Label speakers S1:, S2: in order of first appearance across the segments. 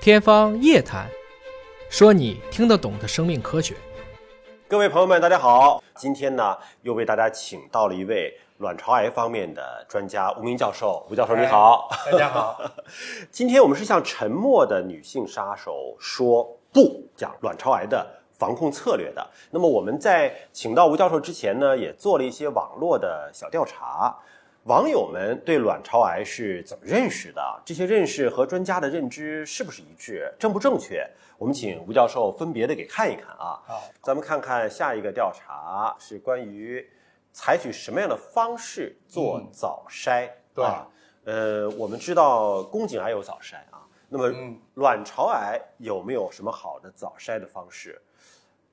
S1: 天方夜谭，说你听得懂的生命科学。
S2: 各位朋友们，大家好！今天呢，又为大家请到了一位卵巢癌方面的专家吴明教授。吴教授，你好！
S3: 哎大家好，
S2: 今天我们是向沉默的女性杀手说不，讲卵巢癌的防控策略的。那么我们在请到吴教授之前呢，也做了一些网络的小调查，网友们对卵巢癌是怎么认识的？这些认识和专家的认知是不是一致？正不正确？我们请吴教授分别的给看一看啊。
S3: 好，
S2: 咱们看看下一个调查是关于采取什么样的方式做早筛。
S3: 嗯对
S2: 啊，呃，我们知道宫颈癌有早筛啊，那么
S3: 嗯
S2: 卵巢癌有没有什么好的早筛的方式？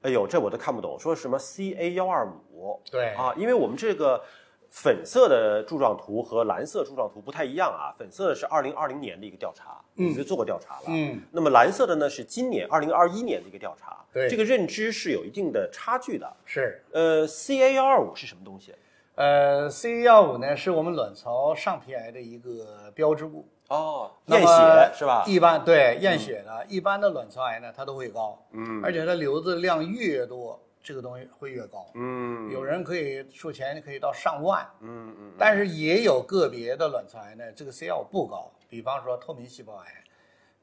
S2: 哎呦，这我都看不懂，说什么 CA 幺二五
S3: 对，
S2: 啊？因为我们这个粉色的柱状图和蓝色柱状图不太一样啊，粉色的是二零二零年的一个调查，
S3: 嗯
S2: 我们就做过调查了。
S3: 嗯，
S2: 那么蓝色的呢是今年二零二一年的一个调查，
S3: 对
S2: 这个认知是有一定的差距的。
S3: 是，
S2: 呃，CA 幺二五是什么东西？
S3: 呃，C 幺五呢是我们卵巢上皮癌的一个标志物，
S2: 哦，
S3: 那
S2: 验
S3: 么
S2: 血是吧？
S3: 一般对验血呢，一般的卵巢癌呢它都会高，
S2: 嗯
S3: 而且它瘤子量越多，这个东西会越高，
S2: 嗯
S3: 有人可以术前可以到上万，
S2: 嗯嗯
S3: 但是也有个别的卵巢癌呢，这个 C 幺五不高，比方说透明细胞癌，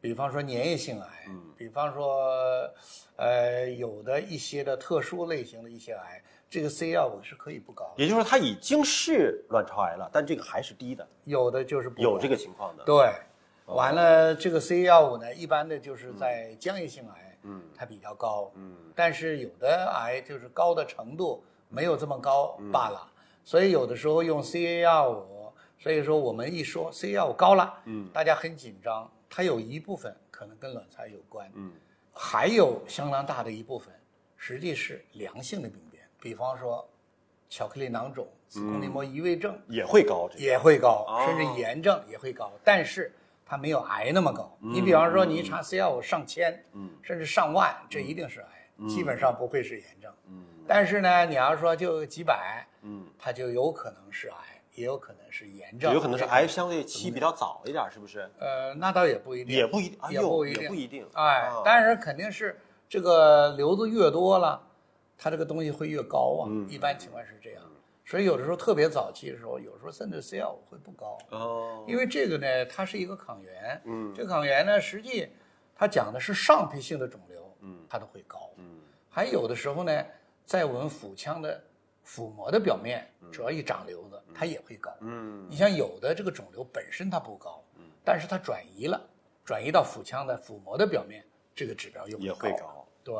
S3: 比方说粘液性癌，
S2: 嗯
S3: 比方说呃有的一些的特殊类型的一些癌，这个 C 幺五是可以不高，
S2: 也就是说它已经是卵巢癌了，但这个还是低的，
S3: 有哦的就是不高
S2: 有这个情况的。
S3: 对，完了这个 C 幺五呢，一般的就是在浆液性癌，嗯，它比较高，嗯，但是有的癌就是高的程度没有这么高罢了，所以有的时候用 C 幺五，所以说我们一说 C 幺五高了，嗯，大家很紧张，它有一部分可能跟卵巢有关，嗯，还有相当大的一部分实际是良性的病变，比方说巧克力囊肿、子宫内膜异位症。
S2: 也会高，这个
S3: 也会高
S2: 哦，
S3: 甚至炎症也会高，但是它没有癌那么高。
S2: 嗯
S3: 你比方说，你一查 C 幺五上千，甚至上万，这一定是癌，
S2: 嗯
S3: 基本上不会是炎症。但是呢，你要说就几百，它就有可能是癌，也有可能是炎症，
S2: 嗯有可能是癌。相对期比较早一点，是不是？
S3: 呃，那倒也不一定，
S2: 也不一定，哎
S3: 也
S2: 呦，
S3: 不一
S2: 也不一定。
S3: 哎
S2: 啊，
S3: 但是肯定是这个瘤子越多了，它这个东西会越高啊。
S2: 嗯
S3: 一般情况是这样，所以有的时候特别早期的时候，有时候甚至 C 幺五会不高。
S2: 哦，
S3: 因为这个呢，它是一个抗原，嗯，这个抗原呢，实际它讲的是上皮性的肿瘤，嗯，它都会高，嗯，还有的时候呢，在我们腹腔的腹膜的表面，只要一长瘤子，它也会高，
S2: 嗯，
S3: 你像有的这个肿瘤本身它不高，嗯，但是它转移了，转移到腹腔的腹膜的表面，这个指标又
S2: 也会
S3: 会
S2: 高哦
S3: 高，对，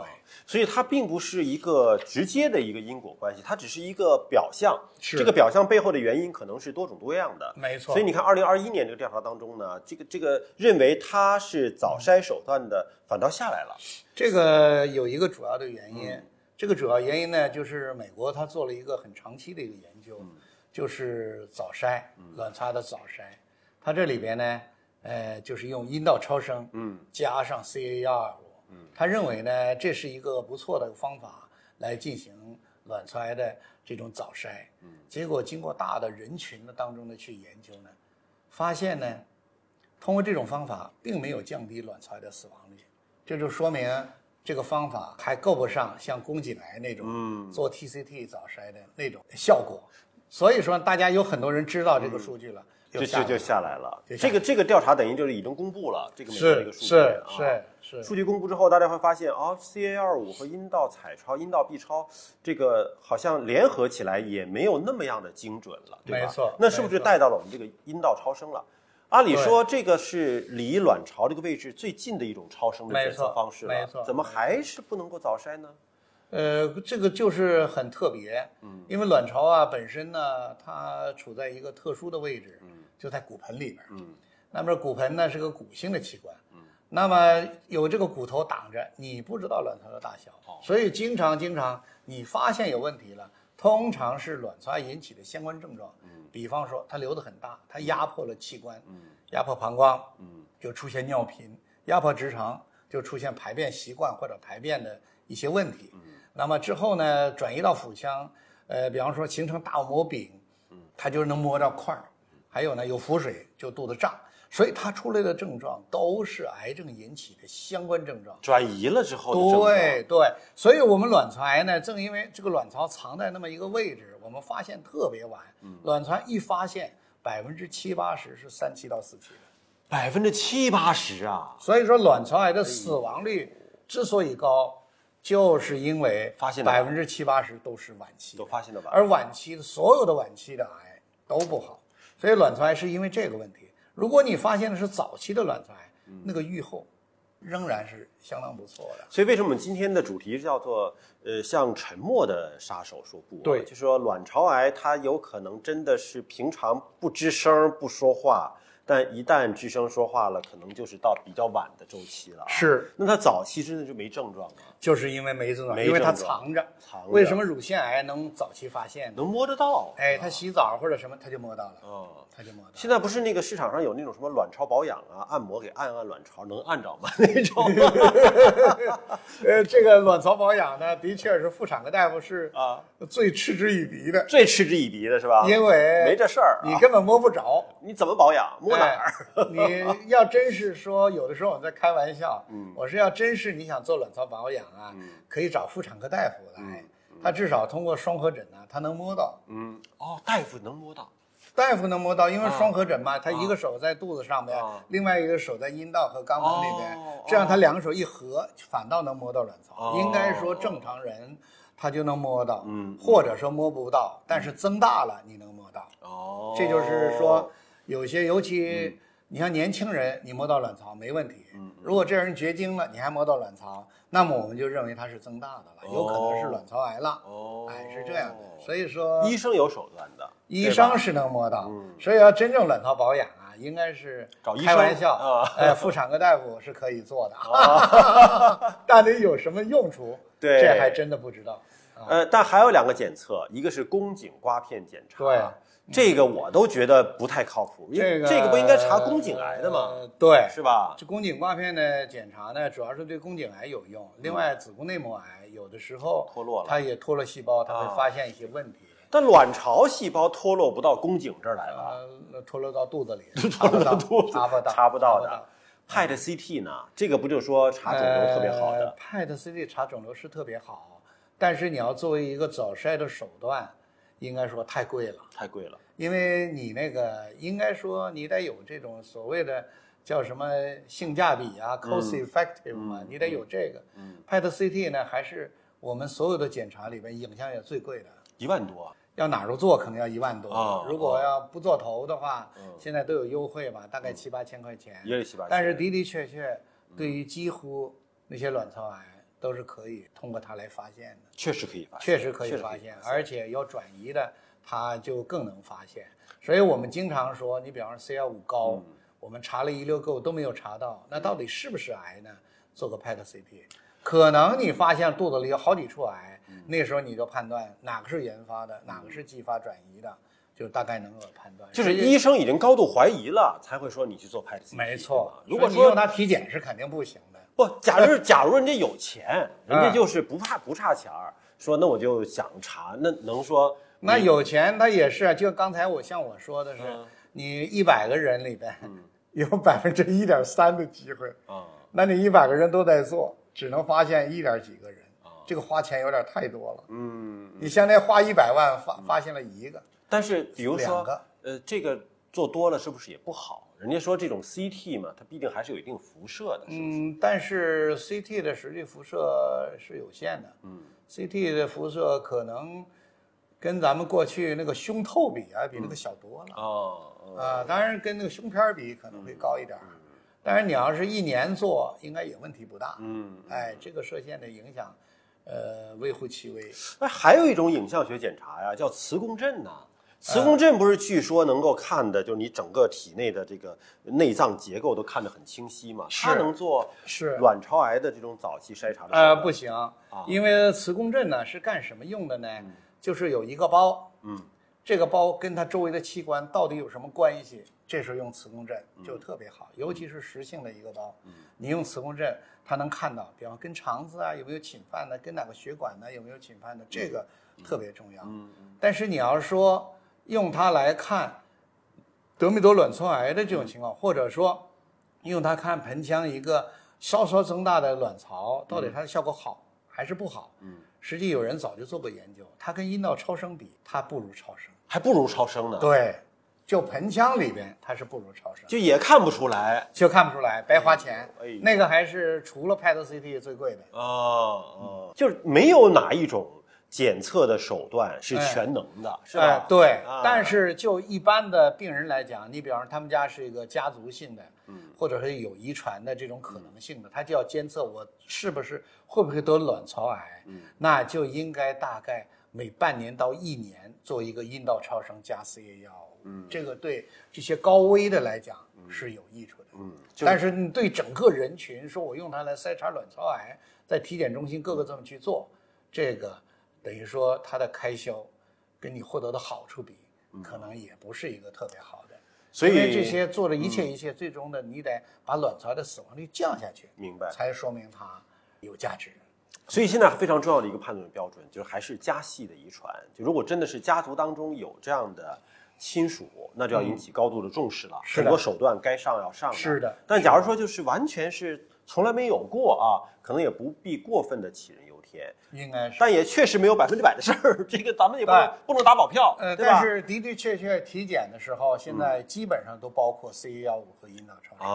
S2: 所以它并不是一个直接的一个因果关系，它只是一个表象。
S3: 是
S2: 这个表象背后的原因可能是多种多样的。
S3: 没错
S2: 所以你看，二零二一年这个调查当中呢，这个这个认为它是早筛手段的，反倒下来了。
S3: 这个有一个主要的原因，这个主要原因呢，就是美国它做了一个很长期的一个研究，就是早筛，卵巢的早筛，它这里边呢，呃，就是用阴道超声，
S2: 嗯，
S3: 加上 CA 幺二五，嗯，他认为呢，这是一个不错的方法来进行卵巢癌的这种早筛，嗯，结果经过大的人群的当中的去研究呢，发现呢，通过这种方法并没有降低卵巢癌的死亡率，这就说明这个方法还够不上像宫颈癌那种，
S2: 嗯
S3: 做 TCT 早筛的那种效果，所以说大家有很多人知道这个数据了，
S2: 就就
S3: 下来
S2: 就
S3: 了
S2: 下来了。
S3: 就下
S2: 这
S3: 来
S2: 个这个调查等于就是已经公布了这个美国的一个
S3: 是
S2: 数据
S3: 是
S2: 啊。
S3: 是是
S2: 数据公布之后，大家会发现啊，CA 二五和阴道彩超、阴道 B 超这个好像联合起来也没有那么样的精准了，对吧？
S3: 没错
S2: 那是不是就
S3: 没错
S2: 带到了我们这个阴道超声了？按理说，这个是离卵巢这个位置最近的一种超声的
S3: 没
S2: 检测
S3: 错
S2: 方式了
S3: 没错
S2: 怎么还是不能够早筛呢？
S3: 呃，这个就是很特别，嗯，因为卵巢啊本身呢，它处在一个特殊的位置，嗯，就在骨盆里边，嗯，那么骨盆呢是个骨性的器官，嗯，那么有这个骨头挡着，你不知道卵巢的大小，所以经常经常你发现有问题了，通常是卵巢癌引起的相关症状，嗯，比方说它瘤子很大，它压迫了器官，嗯，压迫膀胱，嗯，就出现尿频，压迫直肠就出现排便习惯或者排便的一些问题。那么之后呢，转移到腹腔，呃，比方说形成大膜饼，它就能摸到块儿，还有呢有腹水就肚子胀，所以他出来的症状都是癌症引起的相关症状。
S2: 转移了之后的症状
S3: 对对，所以我们卵巢癌呢，正因为这个卵巢藏在那么一个位置，我们发现特别晚。
S2: 嗯
S3: 卵巢一发现，百分之七八十是三期到四期的，
S2: 百分之七八十啊，
S3: 所以说卵巢癌的死亡率之所以高，就是因为
S2: 哎发现的
S3: 百
S2: 晚
S3: 分之七八十都是晚期的，
S2: 都发现的晚
S3: 而晚期的所有的晚期的癌都不好，所以卵巢癌是因为这个问题。如果你发现的是早期的卵巢癌，
S2: 嗯
S3: 那个预后仍然是相当不错的。
S2: 所以为什么我们今天的主题叫做呃向沉默的杀手说不、啊？
S3: 对
S2: 就说卵巢癌它有可能真的是平常不吱声不说话，但一旦吱声说话了，可能就是到比较晚的周期了啊。
S3: 是，
S2: 那它早期真的就没症状吗？
S3: 就是因为没子卵，
S2: 没
S3: 因为它
S2: 症状
S3: 藏着。
S2: 藏着
S3: 为什么乳腺癌能早期发现呢？
S2: 能摸得到？啊
S3: 哎，他洗澡或者什么，他就摸到了，
S2: 嗯。
S3: 他就摸到了。
S2: 现在不是那个市场上有那种什么卵巢保养啊，按摩给按按卵巢，能按着吗？那种
S3: 呃，这个卵巢保养呢，的确是妇产科大夫是
S2: 啊，
S3: 最嗤之以鼻的，
S2: 最嗤之以鼻的是吧？
S3: 因为
S2: 没这事儿、啊，
S3: 你根本摸不着。
S2: 你怎么保养？摸哪儿？
S3: 哎 你要真是说，有的时候我们在开玩笑，
S2: 嗯
S3: 我是要真是你想做卵巢保养啊，可以找妇产科大夫来，他至少通过双合诊呢、他能摸到。
S2: 嗯，哦，大夫能摸到。
S3: 大夫能摸到，因为双合诊嘛，他一个手在肚子上边
S2: 啊，
S3: 另外一个手在阴道和肛门里边
S2: 哦，
S3: 这样他两个手一合，反倒能摸到卵
S2: 哦
S3: 巢。应该说正常人他就能摸到
S2: 嗯，
S3: 或者说摸不到，但是增大了你能摸到。
S2: 哦嗯
S3: 这就是说，有些尤其你像年轻人，你摸到卵巢没问题。如果这人绝经了，你还摸到卵巢，那么我们就认为他是增大的了，有可能是卵巢癌了。
S2: 哦
S3: 哎，是这样的。所以说，
S2: 医生有手段的，
S3: 医
S2: 对吧
S3: 生是能摸到，所以要真正卵巢保养啊，应该是
S2: 找医生
S3: 开玩笑，
S2: 啊
S3: 哎，妇产科大夫是可以做的， 到底有什么用处？
S2: 哦对
S3: 这还真的不知道。
S2: 呃，但还有两个检测，一个是宫颈刮片检查，
S3: 对，
S2: 这个我都觉得不太靠谱，因为
S3: 个
S2: 这
S3: 这
S2: 个不应该查宫颈癌的吗？
S3: 对，
S2: 是吧？
S3: 这宫颈刮片的检查呢，主要是对宫颈癌有用，另外子宫内膜癌有的时候
S2: 嗯脱落了
S3: 它也脱落细胞，它
S2: 啊
S3: 会发现一些问题。
S2: 但卵巢细胞脱落不到宫颈这儿来吧？
S3: 呃，脱落到 肚子里，查不到，查不到，
S2: 查不到的。PET CT 呢？这个不就说查肿瘤特别好的？
S3: 呃、，PET CT 查肿瘤是特别好，但是你要作为一个早筛的手段，应该说太贵了，
S2: 太贵了。
S3: 因为你那个应该说你得有这种所谓的叫什么性价比
S2: 嗯
S3: 啊、cost effective 啊，你得有这个。PET CT 呢，还是我们所有的检查里边影像也最贵的。
S2: 一万多，
S3: 要哪儿都做，可能要一万多。
S2: 啊
S3: 如果要不做头的话，
S2: 嗯
S3: 现在都有优惠吧，大概七八千块钱。
S2: 一个是嗯七八千嗯
S3: 但是的的确确，对于几乎那些卵巢癌都是可以通过它来发现的，
S2: 确实可以发现，
S3: 确实可以发现，而且有转移的，它就更能发现。所以我们经常说，你比方说 C 幺五
S2: 嗯
S3: 高，我们查了一溜够都没有查到，那到底是不是癌呢？做个 E PET CT，可能你发现肚子里有好几处癌，
S2: 嗯
S3: 那时候你就判断哪个是原发的，哪个是继发转移的，就大概能够判断。
S2: 就是
S3: 所以
S2: 医生已经高度怀疑了，才会说你去做 PET CT。
S3: 没错
S2: 对吧。如果
S3: 所
S2: 说
S3: 以你用它体检是肯定不行的。
S2: 不，假如假如人家有 钱，人家就是不怕不差钱儿，说那我就想查，那能说
S3: 那有钱他也是，啊就刚才我像我说的是，
S2: 嗯
S3: 你一百个人里边、 有百分之一点三的机会，
S2: 啊？
S3: 那你一百个人都在做，只能发现一点几个人，这个花钱有点太多了。
S2: 哦嗯，
S3: 你相当于花一百万发发现了一个，
S2: 但是比如
S3: 两
S2: 说
S3: 个，
S2: 呃，这个做多了是不是也不好？人家说这种 CT 嘛，它毕竟还是有一定辐射的，是不是？
S3: 嗯，但是 CT 的实际辐射是有限的，嗯，CT 的辐射可能跟咱们过去那个胸透比啊，比那个小多了。
S2: 哦，哦嗯
S3: 啊，当然跟那个胸片儿比可能会高一点儿，但是你要是一年做，应该也问题不大。
S2: 嗯，
S3: 哎，这个射线的影响，呃，微乎其微。
S2: 那哎还有一种影像学检查呀，叫磁共振呐、
S3: 嗯
S2: 磁共振不是据说能够看的，就是你整个体内的这个内脏结构都看得很清晰嘛？
S3: 是
S2: 它能做
S3: 是
S2: 卵巢癌的这种早期筛查的手啊
S3: 呃，
S2: 段
S3: 不行，因为磁共振呢是干什么用的呢？就是有一个包，
S2: 嗯，
S3: 这个包跟它周围的器官到底有什么关系？这时候用磁共振
S2: 嗯
S3: 就特别好，尤其是实性的一个包，你用磁共振，它能看到，比方跟肠子啊有没有侵犯的，跟哪个血管呢有没有侵犯
S2: 嗯
S3: 的，这个特别重要。但是你要说用它来看得没得卵巢癌的这
S2: 嗯
S3: 种情况，或者说用它看盆腔一个稍稍增大的卵巢，到底它的效果好还是不好？嗯，实际有人早就做过研究，它跟阴道超声比，它不如超声。
S2: 还不如超声呢，
S3: 对，就盆腔里边它是不如超声，
S2: 就也看不出来。
S3: 就看不出来，白花钱
S2: 哎呦。
S3: 那个还是除了拍的 CT 最贵的。
S2: 哦哦，就是没有哪一种检测的手段是全能的，是吧
S3: 哎？对，
S2: 啊
S3: 但是就一般的病人来讲，你比方说他们家是一个家族性的，
S2: 嗯
S3: 或者是有遗传的这种可能性的，他就要监测我是不是会不会得卵巢癌，
S2: 嗯
S3: 那就应该大概每半年到一年做一个阴道超声加 CA 药物，
S2: 嗯
S3: 这个对这些高危的来讲是有益处的。
S2: 嗯，就
S3: 但是你对整个人群说，我用它来筛查卵巢癌，在体检中心各个这么去做，这个等于说它的开销跟你获得的好处比，可能也不是一个特别好的。
S2: 嗯所以
S3: 因为这些做的一切一切，最终的你得把卵巢的死亡率降下去，
S2: 明白。
S3: 才说明它有价值。
S2: 所以现在非常重要的一个判断标准，就是还是家系的遗传。就如果真的是家族当中有这样的亲属，那就要引起高度的重视了。
S3: 是的
S2: 很多手段该上要上。
S3: 是的。
S2: 但假如说就是完全是从来没有过啊，可能也不必过分的杞人忧天。
S3: 应该是，
S2: 但也确实没有百分之百的事儿， 这个咱们也不能
S3: 对
S2: 不能打保票，
S3: 呃，
S2: 对
S3: 但
S2: 吧？嗯
S3: 是的的确确体检的时候，现在基本上都包括 C 幺五和阴道超
S2: 啊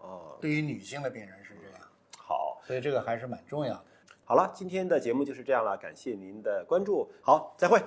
S3: 声，
S2: 啊，
S3: 对于女性的病人是这样，
S2: 好，
S3: 所以这个还是蛮重要的。
S2: 好了，今天的节目就是这样了，感谢您的关注，好，再会。